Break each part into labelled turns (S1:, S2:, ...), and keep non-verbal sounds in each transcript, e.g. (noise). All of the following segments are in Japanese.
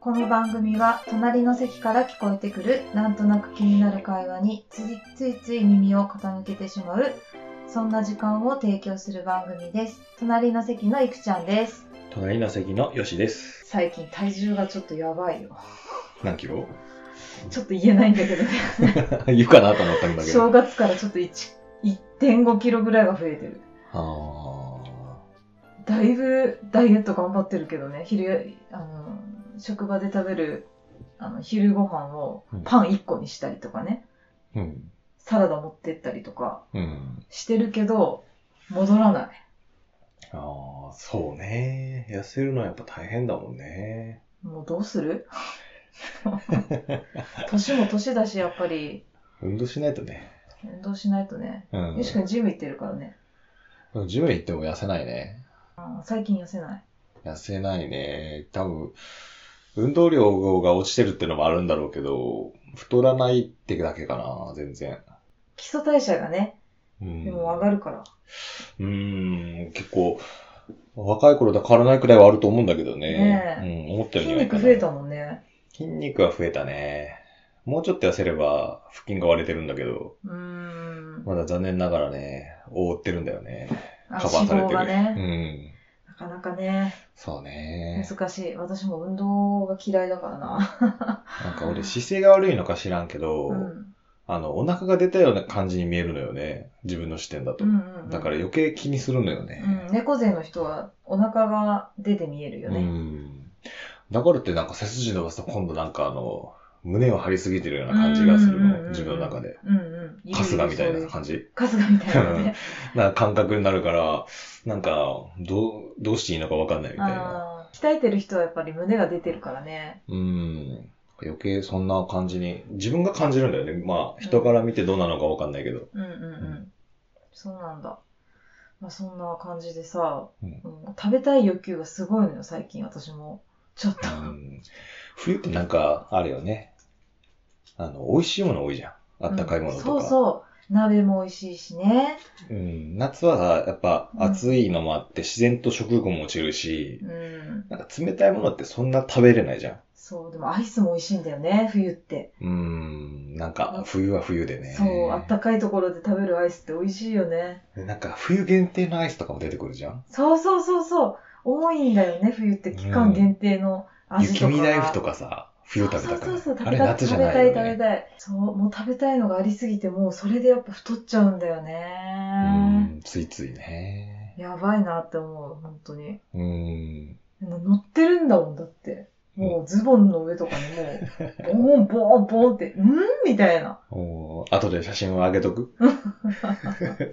S1: この番組は隣の席から聞こえてくるなんとなく気になる会話についついつい耳を傾けてしまうそんな時間を提供する番組です隣の席のいくちゃんです
S2: 隣の席のよしです。
S1: 最近体重がちょっとやばいよ
S2: 何キロ (laughs)
S1: ちょっと言えないんだけどね
S2: 言うかなと思ったんだけ
S1: 正
S2: ど。
S1: 月からちょっと1 1.5キロぐらいが増えてる
S2: あ
S1: だいぶダイエット頑張ってるけどね昼あの職場で食べるあの昼ご飯を
S2: うん
S1: パン1個にしたりとかね、
S2: ーうん。
S1: サラダ持ってったりとか
S2: うん。
S1: してるけど戻らない
S2: ああ、そうね。痩せるのはやっぱ大変だもんね。
S1: もうどうす
S2: (laughs)
S1: る年も年だしやっぱり
S2: 運動しないとね。
S1: 運動しないとね
S2: う
S1: よしくんジム行ってるからね
S2: ん。ジム行っても痩せないね。
S1: あー最近痩せない
S2: 痩せないね。多分、運動量が落ちてるってのもあるんだろうけど、太らないってだけかな、全然。
S1: 基礎代謝がね
S2: うん
S1: でも上がるから、
S2: うーん、結構、若い頃と変わらないくらいはあると思うんだけどね。うん、思ったよ
S1: 筋
S2: うにはい
S1: 肉
S2: かない。
S1: 増えたもんね
S2: 筋肉は増えたね。もうちょっと痩せれば腹筋が割れてるんだけど、
S1: うーん
S2: まだ残念ながらね、覆ってるんだよね。
S1: あ
S2: カバーされ
S1: 脂肪
S2: て
S1: が
S2: る。
S1: ね、
S2: う
S1: なか
S2: ん。
S1: なかね
S2: そうね。
S1: 難しい。私も運動が嫌いだからな。
S2: なんか俺姿勢が悪いのか知らんけど、
S1: うん。
S2: あの、お腹が出たような感じに見えるのよね。自分の視点だと。
S1: うんうんうん
S2: だから余計気にするのよね。
S1: うん、猫背の人はお腹が出て見えるよ
S2: う
S1: ね。
S2: んだからってなんか背筋伸ばすと今度なんかあの、胸を張りすぎてるような感じがする
S1: うんうんうんう
S2: の。
S1: ん
S2: 自分の中で。
S1: うんうん。いる
S2: 春日みたい
S1: そう
S2: な
S1: う
S2: 感じ
S1: 春日みたいなね。
S2: なんか感覚になるから、なんか、どう、どうしていいのかわかんないみたいな。
S1: あー鍛えてる人はやっぱり胸が出てるからね。
S2: うん。余計そんな感じに、自分が感じるんだよね。まあ、人から見てどうなのかわかんないけど。
S1: うんうんうん。
S2: うん
S1: そうなんだ。まあ、そんな感じでさ、
S2: うん
S1: うん食べたい欲求がすごいのよ、最近私も。ちょっと
S2: う。ん冬ってなんか、あるよね。あの、美味しいもの多いじゃん。あったかいものとか。
S1: うんそうそう。鍋も美味しいしね。
S2: うん、夏はさ、やっぱ
S1: うん
S2: 暑いのもあって自然と食欲も落ちるし、
S1: うん。
S2: なんか冷たいものってそんな食べれないじゃん。
S1: そう、でもアイスも美味しいんだよね、冬って。
S2: うん、なんか冬は冬でね。
S1: そう、あったかいところで食べるアイスって美味しいよね。
S2: でなんか冬限定のアイスとかも出てくるじゃん。
S1: そうそうそうそう。多いんだよね、冬って期間限定の味とか。
S2: 雪見大福と
S1: か。
S2: かさ、冬食べたく
S1: そう
S2: な
S1: そうそう、食べ
S2: い。あれ
S1: たい、
S2: 夏じゃ
S1: 食べ
S2: な
S1: た
S2: い
S1: い、
S2: よ
S1: 食べ
S2: ね。
S1: たい。そう、もう食べたいのがありすぎて、もうそれでやっぱ太っちゃうんだよ
S2: う
S1: ね。
S2: ん、ついついね。
S1: やばいなって思う、本当に。
S2: うん。
S1: 乗ってるんだもんだって。もうズボンの上とかにも
S2: (laughs)
S1: う、ボーン、ボーン、ボーンって、んみたいな。
S2: おー後で写真を上げと
S1: (laughs)
S2: く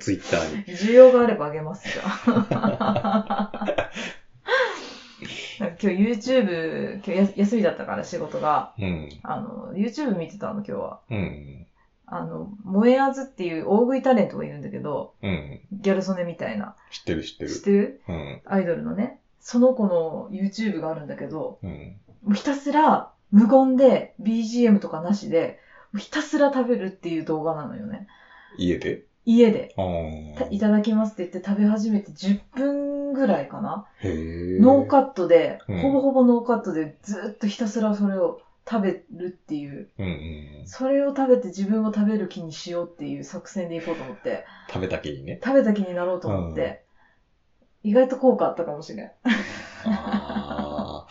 S2: ツイッターに。
S1: 需要があればあげますじゃあ。なんか今日 YouTube、今日や休みだったから仕事が、
S2: うん、
S1: あの、YouTube 見てたの今日は。
S2: うん、
S1: あの、萌えあずっていう大食いタレントがいるんだけど、
S2: うん。
S1: ギャル曽根みたいな。
S2: 知ってる知ってる
S1: 知っ。てる
S2: うん、
S1: アイドルのね。その子の YouTube があるんだけど、
S2: うん。
S1: もうひたすら無言で BGM とかなしで、もうひたすら食べるっていう動画なのよね。
S2: 家で
S1: 家で。
S2: あ
S1: た
S2: ー
S1: いただきますって言って食べ始めて10分ぐらいかな
S2: へー
S1: ノーカットで、
S2: うん
S1: ほぼほぼノーカットでずっとひたすらそれを食べるっていう、
S2: うんうん。
S1: それを食べて自分も食べる気にしようっていう作戦でいこうと思って、
S2: 食べたきにね。
S1: 食べた気になろうと思って、意外と効果あったかもしれん。
S2: あ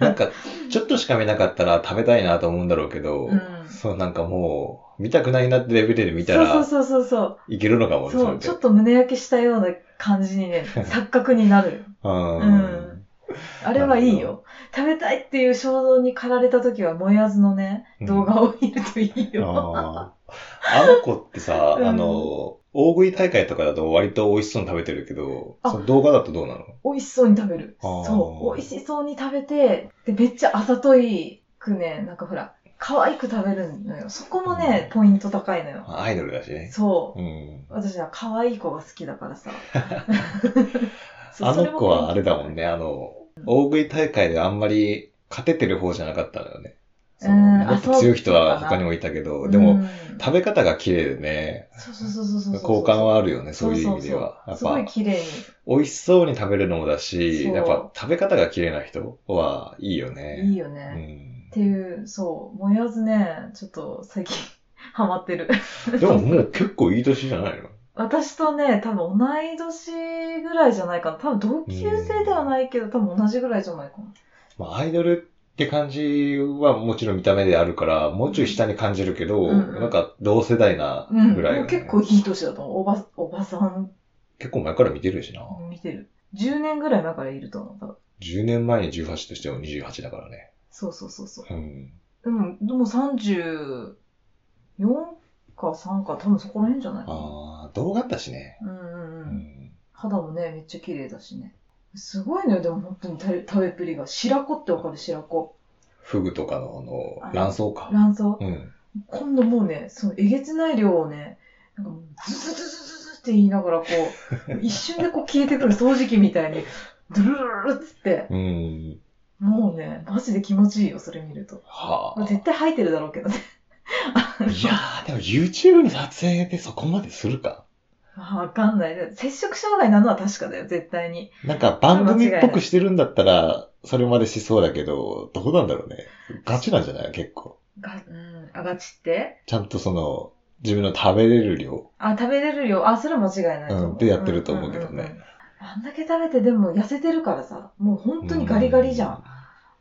S2: ーなんか、ちょっとしか見なかったら食べたいなと思うんだろうけど、
S1: うん
S2: そう、なんかもう、見たくないなってレベルで見た
S1: そう
S2: ら、
S1: そうそうそう
S2: いけるのか
S1: そ
S2: も
S1: う。
S2: ね、
S1: そう、
S2: れで
S1: ちょっと胸焼けしたような感じに
S2: (laughs)
S1: ね、錯覚になる。
S2: う
S1: う
S2: ん
S1: んあれはいい
S2: なるほ
S1: よ。食べたいっていう衝動に駆られた時は燃えあずのね、
S2: うん
S1: 動画を見るといいよ。
S2: あーあの子ってさ、
S1: うん
S2: あの、大食い大会とかだと割と美味しそうに食べてるけど、
S1: あ
S2: その動画だとどうなの
S1: 美味しそうに食べる。
S2: あー
S1: そう。美味しそうに食べて、で、めっちゃあざといくね、なんかほら、可愛く食べるのよ。そこもね、
S2: うん
S1: ポイント高いのよ。
S2: まあアイドルだしね。
S1: そう。
S2: うん。
S1: 私は可愛い子が好きだからさ。そう
S2: (laughs) あの子はあれだも。
S1: そもポイント高い
S2: んね、あの、大食い大会であんまり勝ててる方じゃなかったのよね。その
S1: うんあ
S2: もっと
S1: そう
S2: 強い人は
S1: そうかな
S2: 他にもいたけど、でも、
S1: うん
S2: 食べ方が綺麗でね、
S1: そうそうそうそうそうそう。
S2: 好感はあるよね、そういう意味で
S1: そうそう
S2: は。
S1: そうすご
S2: や
S1: い
S2: っぱ、
S1: 綺麗に。
S2: 美味しそうに食べるのもだし、
S1: そう
S2: やっぱ食べ方が綺麗な人はいいよね。
S1: いいよ
S2: う
S1: ね。っ
S2: ん
S1: ていう、そう、もやずね、ちょっと最近、ハマってる。 (laughs)
S2: でももう結構いい年じゃないの
S1: 私とね、多分同い年ぐらいじゃないかな。多分同級生ではないけど、多分同じぐらいじゃないかな。
S2: まあ、アイドルって感じはもちろん見た目であるから、もうちょい下に感じるけど、
S1: うんうん
S2: なんか同世代な
S1: うん。
S2: ぐらい、
S1: もう結構いい年だと思う。おば、おばさん
S2: 結構前から見てるしな。
S1: 見てる。10年ぐらい前からいると思う。多分
S2: 10年前に18としても28だからね。
S1: そうそうそうそう。
S2: うん。
S1: うん、でも34か3か、多分そこら辺じゃないかな。
S2: ああ、動画あったしね。
S1: うんうん
S2: う
S1: うん。
S2: ん。
S1: 肌もね、めっちゃ綺麗だしね。すごいね、でも本当に食べ食べっぷりが。白子ってわかる白子。
S2: フグとかのあ
S1: あ
S2: の卵巣か。
S1: 卵巣。
S2: うん。
S1: 今度もうね、そのえげつない量をね、なんかもうズズズズズズって言いながらこう、一瞬でこう消えてくる掃除機みたいに、ドゥルルルルっつって、
S2: うん。
S1: もうね、マジで気持ちいいよ、それ見ると。
S2: は
S1: まあ
S2: あ。
S1: 絶対吐いてるだろうけどね。
S2: いやー、でも YouTube の撮影でそこまでするか
S1: まあわかんない。で接触障害なのは確かだよ、絶対に。
S2: なんか番組っぽくしてるんだったら、それまでしそうだけど、どうなんだろうね。ガチなんじゃない結構。
S1: が、うん、あがちって
S2: ちゃんとその、自分の食べれる量。
S1: あ、食べれる量、あ、それは間違いないと思う。
S2: うんでやってると思うけどね
S1: んんんうんあんだけ食べてでも痩せてるからさ、もう本当にガリガリじゃん。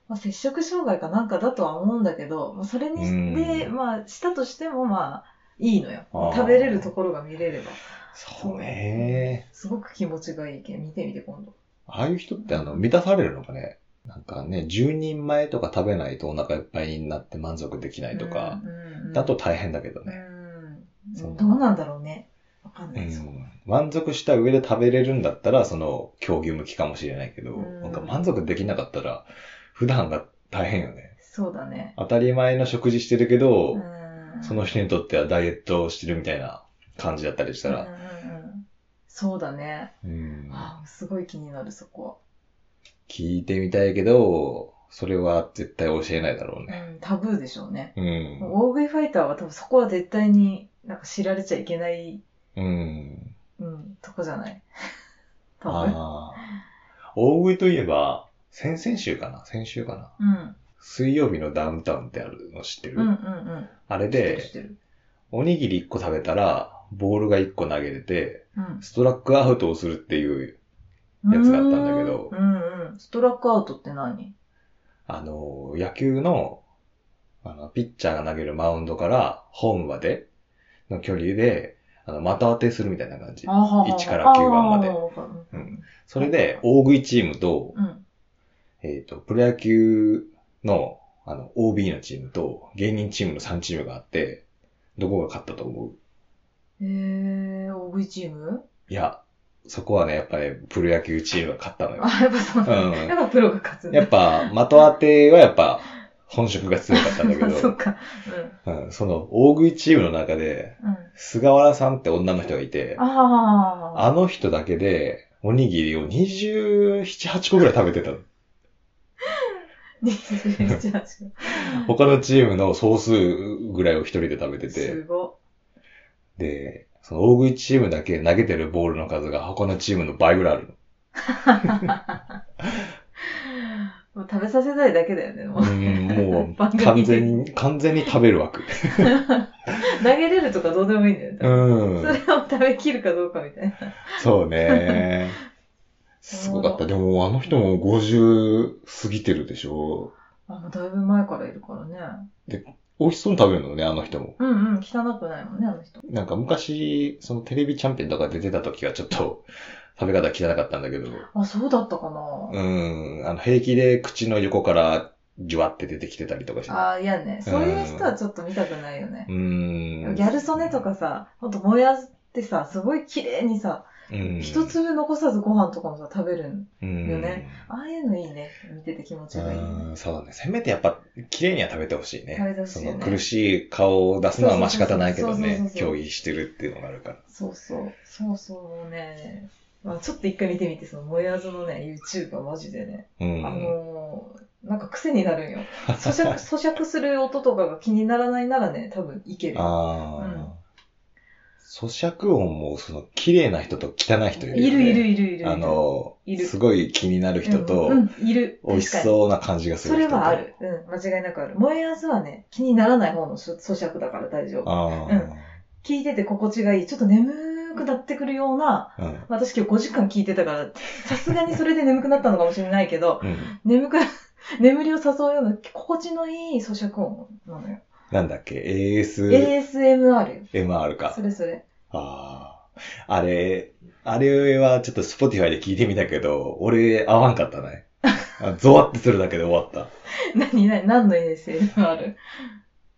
S1: まあ、接触障害かなんかだとは思うんだけど、まあ、それにして、
S2: うん
S1: まあ、したとしてもまあ、いいのよ
S2: あ。ー
S1: 食べれるところが見れれば。
S2: そうね。
S1: すごく気持ちがいいけん、見てみて今度。
S2: ああいう人ってあの、満たされるのかね。なんかね、10人前とか食べないとお腹いっぱいになって満足できないとか、
S1: うんうんうん
S2: だと大変だけど
S1: う
S2: ね。
S1: ん、
S2: そんな
S1: どうなんだろうね。わかん
S2: う
S1: ない。そこ
S2: ん、満足した上で食べれるんだったら、その、競技向きかもしれないけど、
S1: うん
S2: なんか満足できなかったら、普段が大変よね。
S1: そうだね。
S2: 当たり前の食事してるけど、
S1: うん
S2: その人にとってはダイエットをしてるみたいな感じだったりしたら、
S1: うんうんうんそうだね。
S2: うん
S1: あーすごい気になる、そこ
S2: 聞いてみたいけど、それは絶対教えないだろう
S1: は。
S2: ね。
S1: うん、タブーでしょうね。
S2: うん。
S1: 大食いファイターは多分そこは絶対になんか知られちゃいけない、
S2: うん。
S1: うん、とこじゃない。多分。
S2: (laughs) ああ。大食いといえば、先々週かな先週かな
S1: うん。
S2: 水曜日のダウンタウンってあるの知ってる、
S1: うんうんうん。
S2: あれ
S1: 知っ
S2: で、
S1: てる知ってる
S2: おにぎり1個食べたら、ボールが1個投げれて、
S1: うん。
S2: ストラックアウトをするっていう、やつがあったんだけど
S1: うーんうんうん。ストラックアウトって何
S2: あの、野球の、あの、ピッチャーが投げるマウンドから、ホームまでの距離で、あの、的当てするみたいな感じ。1から9番まで
S1: あーわかる
S2: うんそれで、大食いチームと、
S1: うん。
S2: えっ、と、プロ野球の、あの、OB のチームと芸人チームの3チームがあって、どこが勝ったと思う
S1: えー、大食いチーム (laughs)
S2: いや、そこはね、やっぱね、プロ野球チームが勝ったのよ。
S1: あ、やっぱそうなんだ。
S2: うん
S1: やっぱプロが勝つんだ
S2: やっぱ、的当てはやっぱ、本職が強かったんだけ
S1: (laughs) そっ
S2: ど、
S1: か。
S2: うん、その、大食いチームの中で、
S1: うん。うん。
S2: 菅原さんって女の人がいて、
S1: あ (laughs) あ。
S2: あの人だけで、おにぎりを27、8個ぐらい食べてたの。
S1: 28が
S2: 他のチームの総数ぐらいを一人で食べてて。
S1: すご
S2: で、その大食いチームだけ投げてるボールの数が他のチームの倍ぐらいあ
S1: (laughs)
S2: る
S1: い。もう食べさせたいだけだよね、も
S2: の。
S1: う。
S2: うん、も
S1: 番
S2: う
S1: 組
S2: 完全に、完全に食べる枠。
S1: 投げれるとかどうでもいいんだよ
S2: う
S1: ね。それ (laughs)
S2: ん。
S1: を食べきるかどうかみたいな。
S2: そ
S1: (laughs)
S2: うね。すごかった。でも、あの人も50過ぎてるでしょ。
S1: あ、もうだいぶ前からいるからね。
S2: 美味しそうに食べるのね、あの人も。
S1: うんうん、汚くないもんね、あの人。
S2: なんか昔、そのテレビチャンピオンとか出てた時はちょっと (laughs) 食べ方汚かったんだけど、
S1: あ、そうだったかな。
S2: うん、あの平気で口の横からジュワって出てきてたりとかして。
S1: ああ、いやね。そういう人はちょっと見たくないよね。
S2: うん。
S1: ギャル曽根とかさ、ほんともやってさ、すごい綺麗にさ、
S2: うん、
S1: 一粒残さずご飯とかもさ、食べるん。
S2: うん
S1: よねああいうのいいね。見てて気持ちがいいね。
S2: うんそうだね。せめてやっぱ、綺麗には食べてほしいね。
S1: 食べてほしいよね
S2: その苦しい顔を出すのはまあ仕方ないけど
S1: そうそう
S2: ね。
S1: そうそう
S2: 競技してるっていうのがあるから。
S1: そうそう。そうそうね。まあ、ちょっと一回見てみて、その、もやずのね、YouTube はマジでね、
S2: うん。
S1: あのーなんか癖にな
S2: (laughs)
S1: るんよ。咀嚼、咀嚼する音とかが気にならないならね、多分いける。
S2: ああ、咀嚼音も、その、綺麗な人と汚い人いる、ね。
S1: いるいるいるいる。
S2: あの
S1: いる、
S2: すごい気になる人と
S1: う、ん、うんいる。
S2: 美味し
S1: 確かに
S2: そうな感じがする
S1: そ
S2: 人
S1: れ
S2: と。
S1: はあ。る。うん、間違いなくある。燃えやすはね、気にならない方の咀咀嚼だから大丈夫。
S2: あ
S1: 聞いてて心地がいい。ちょっと眠くなってくるような、
S2: あ、うん。
S1: 私今日5時間聞いてたから、さすがにそれで眠くなったのかもしれないけど、 (laughs)
S2: うん。
S1: 眠く、眠りを誘うような心地のいい咀嚼音なのよ。
S2: なんだっけ、ASMR
S1: ASMR よ。
S2: か
S1: そ。れそれ。
S2: ああ。あれ、あれはちょっと Spotify で聞いてみたけど、俺合わんかっ
S1: (laughs)
S2: たね。あゾワってするだけで終わった。
S1: 何何何の ASMR?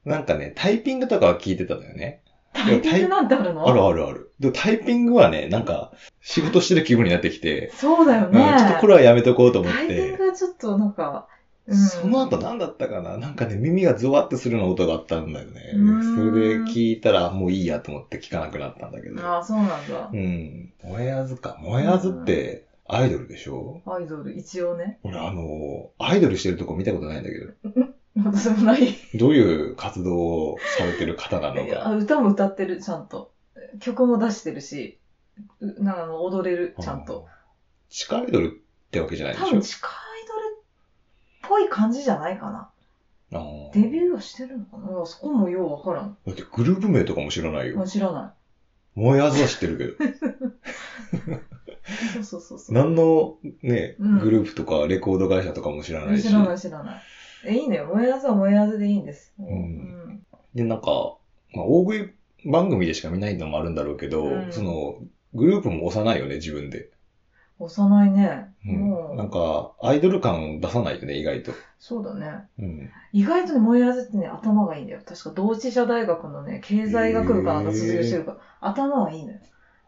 S2: なんかね、タイピングとかは聞いてたのよね。
S1: タイピングなんてあるの
S2: あるあるある。でもタイピングはね、なんか、仕事してる気分になってきて、
S1: そうだよ
S2: う
S1: ね。
S2: ん、ちょっとこれはやめとこうと思っ
S1: タイミン
S2: て、
S1: グがちょっとなんか、うん、
S2: その後何だったかななんかね、耳がゾワってするの音があったんだよね。
S1: うーん
S2: それで聞いたらもういいやと思って聞かなくなったんだけど。
S1: ああ、そうなんだ
S2: う。ん。もやずか。もやずって、アイドルでしょ
S1: アイドル、一応ね。
S2: 俺、あの、アイドルしてるとこ見たことないんだけど、
S1: 私もない。い
S2: どういう活動をされてる方なの
S1: や
S2: か。
S1: 歌も歌ってる、ちゃんと。曲も出してるし、うなんかあの踊れる、ちゃんと。
S2: あー。地下アイドルってわけじゃないで
S1: 多
S2: しょ
S1: 分、地下アイドルっぽい感じじゃないかな。
S2: あ
S1: デビ
S2: ー
S1: ューはしてるのかなもうそこもようわからん。
S2: だってグループ名とかも知らない
S1: も
S2: よ
S1: う。知らな
S2: もやずは知ってるけど。
S1: い。そうそうそうそう。
S2: 何のね、
S1: うん
S2: グループとかレコード会社とかも知らないし。
S1: 知らない、知らない。え、いいのよ。燃えやずは燃えやずでいいんです。もう
S2: うんで、なんか、まあ、大食い番組でしか見ないのもあるんだろうけど、
S1: うん
S2: その、グループも押さないよね、自分で。
S1: うん幼いね。
S2: う
S1: も
S2: ん。
S1: う
S2: なんか、アイドル感を出さないよね、意外と。
S1: そうだね。
S2: うん。
S1: 意外とね、燃えやずってね、頭がいいんだよ。確か同志社大学のね、経済学部かなんか卒業してるから、頭はいいのよ。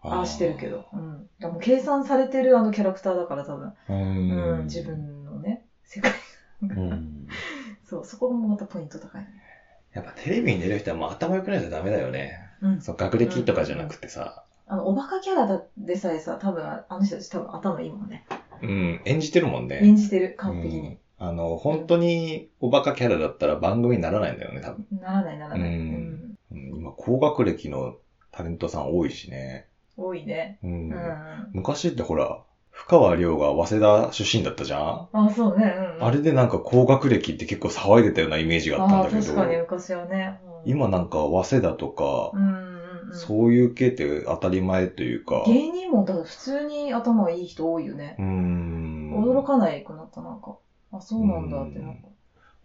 S1: ああしてるけど。うん。だからもう計算されてるあのキャラクターだから多分。
S2: あー。
S1: う
S2: うん
S1: ん。。自。分のね、世界。 (laughs)
S2: うん。
S1: そう、そこもまたポイント高いね。
S2: やっぱテレビに出る人はもう頭良くないとダメだよね。
S1: うん。
S2: そう、学歴とかじゃなくてさ、
S1: あの、おバカキャラだでさえさ、多分、あの人たち多分頭いいもんね。
S2: うん、演じてるもん
S1: 演
S2: ね。
S1: じてる、完璧
S2: う
S1: に
S2: ん。。あの、本当におバカキャラだったら番組にならないんだよね、多分。
S1: ならない、ならない。
S2: うん
S1: うん
S2: うん今、高学歴のタレントさん多いしね。
S1: 多いね。
S2: う
S1: うんん。あ、
S2: 昔ってほら、深川亮が早稲田出身だったじゃん、
S1: そうね。うん。
S2: あれでなんか高学歴って結構騒いでたようなイメージがあったん
S1: あ
S2: だ
S1: あ、
S2: け
S1: 確かに
S2: ど、
S1: 昔はね。うん、
S2: 今なんか早稲田とか
S1: う、んうんうん。
S2: そういう系って当たり前というか、
S1: 芸人もだから普通に頭いい人多いよね。
S2: うーん。
S1: 驚かないくなった、なんか。あ、そうなんだって、なんか。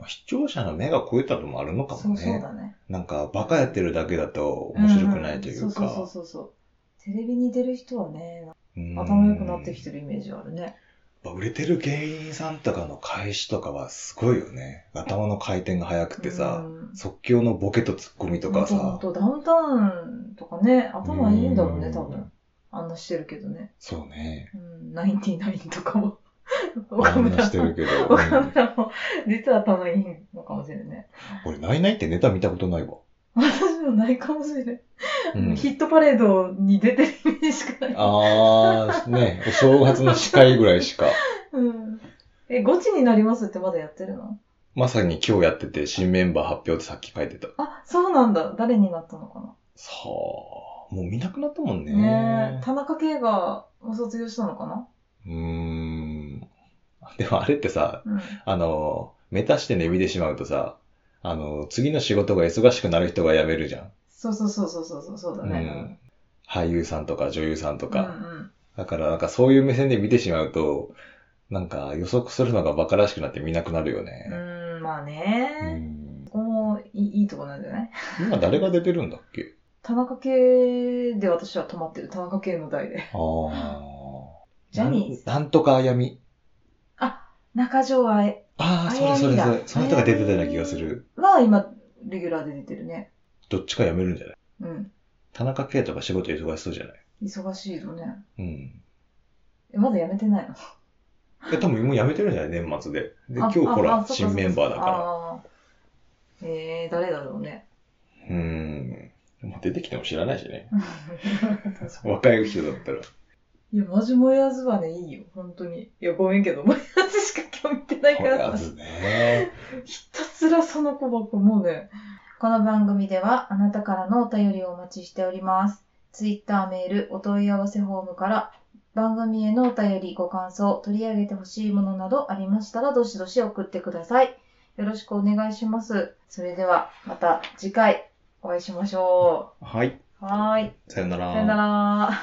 S2: まあ視聴者の目が超えたのもあるのか
S1: そ
S2: も
S1: うそう
S2: ね。
S1: だね。
S2: なんかバカやってるだけだと面白くないとい
S1: ん
S2: うん
S1: そうそう
S2: か。
S1: そうそう。テレビに出る人はね、
S2: うん
S1: 頭良くなってきてるイメージはあるね。
S2: まあ売れてる芸人さんとかの返しとかはすごいよね。頭の回転が速くてさ、
S1: うん、
S2: 即興のボケとツッコミと
S1: ほ
S2: か
S1: ん
S2: さ、
S1: とほんとダウンタウンとかね、頭いいんだろうね、
S2: うん
S1: 多分。あんなしてるけどね。
S2: そうね。
S1: うん、ナインティナインとかも。
S2: (laughs) あんなしてるけど、
S1: 岡
S2: うん
S1: 村も、実は頭いいのかもしれないね。
S2: 俺、ないないってネタ見たことないわ。
S1: 私もないかもしれない。 (laughs)
S2: うん
S1: ヒットパレードに出てるイメージしかない。
S2: あー、ね、お正月の司会ぐらいしか。 (laughs)
S1: うん。え、ゴチになりますってまだやってるの
S2: まさに今日やってて、新メンバー発表ってさっき書いてた。
S1: あ、そうなんだ。誰になったのか
S2: さあ、もう見なくなったもんね。
S1: なねえ。田中圭がもう卒業したのかな
S2: うーん。でもあれってさ、
S1: うん。
S2: あの、メタして値引いてしまうとさ、あの、次の仕事が忙しくなる人が辞めるじゃん。
S1: そうそうそうそうそうそうそうだね。
S2: 俳優さんとか女優さんと
S1: うん。
S2: か。
S1: うん
S2: だからなんかそういう目線で見てしまうと、なんか予測するのが馬鹿らしくなって見なくなるよ
S1: う
S2: ね。
S1: ん。うん、まあ
S2: う
S1: ね。
S2: ん
S1: ここもいいいいとこなんじゃない
S2: 今誰が出てるんだっけ
S1: 田中圭で私は止まってる。田中圭の代で。 (laughs)
S2: ああ。
S1: ジャニーズ
S2: なんなんとかあやみ。
S1: 中条あえ
S2: ああ、それ
S1: あや
S2: そ
S1: み
S2: れ
S1: だ
S2: それ。その人が出てたような気がする。
S1: は今、レギュラーで出てるね。
S2: どっちか辞めるんじゃない
S1: うん。
S2: 田中圭とか仕事忙しそうじゃない
S1: 忙しいのね。
S2: うん。
S1: え、まだ辞めてないの
S2: え、多分もう辞めてるんじゃない年末で。で、今
S1: あ
S2: 日
S1: あ
S2: ほ
S1: あ
S2: ら、
S1: そっか
S2: 新メンバーだか
S1: そっ
S2: ら。
S1: かあーえー、誰だろうね。 (laughs)
S2: うーん。もう出てきても知らないしね。
S1: 確かに (laughs)
S2: 若い人だったら。
S1: いや、マジもやずはね、いいよ、本当に。いや、ごめんけど、もやずしか今日見てないか
S2: もや
S1: らさ、
S2: ずね。
S1: ひたすらその子ばっか、もうね。この番組では、あなたからのお便りをお待ちしております。ツイッター、メール、お問い合わせフォームから、番組へのお便り、ご感想、取り上げてほしいものなどありましたら、どしどし送ってください。よろしくお願いします。それでは、また次回お会いしましょ
S2: はい。
S1: う。はーい。
S2: さよなら。
S1: さよなら。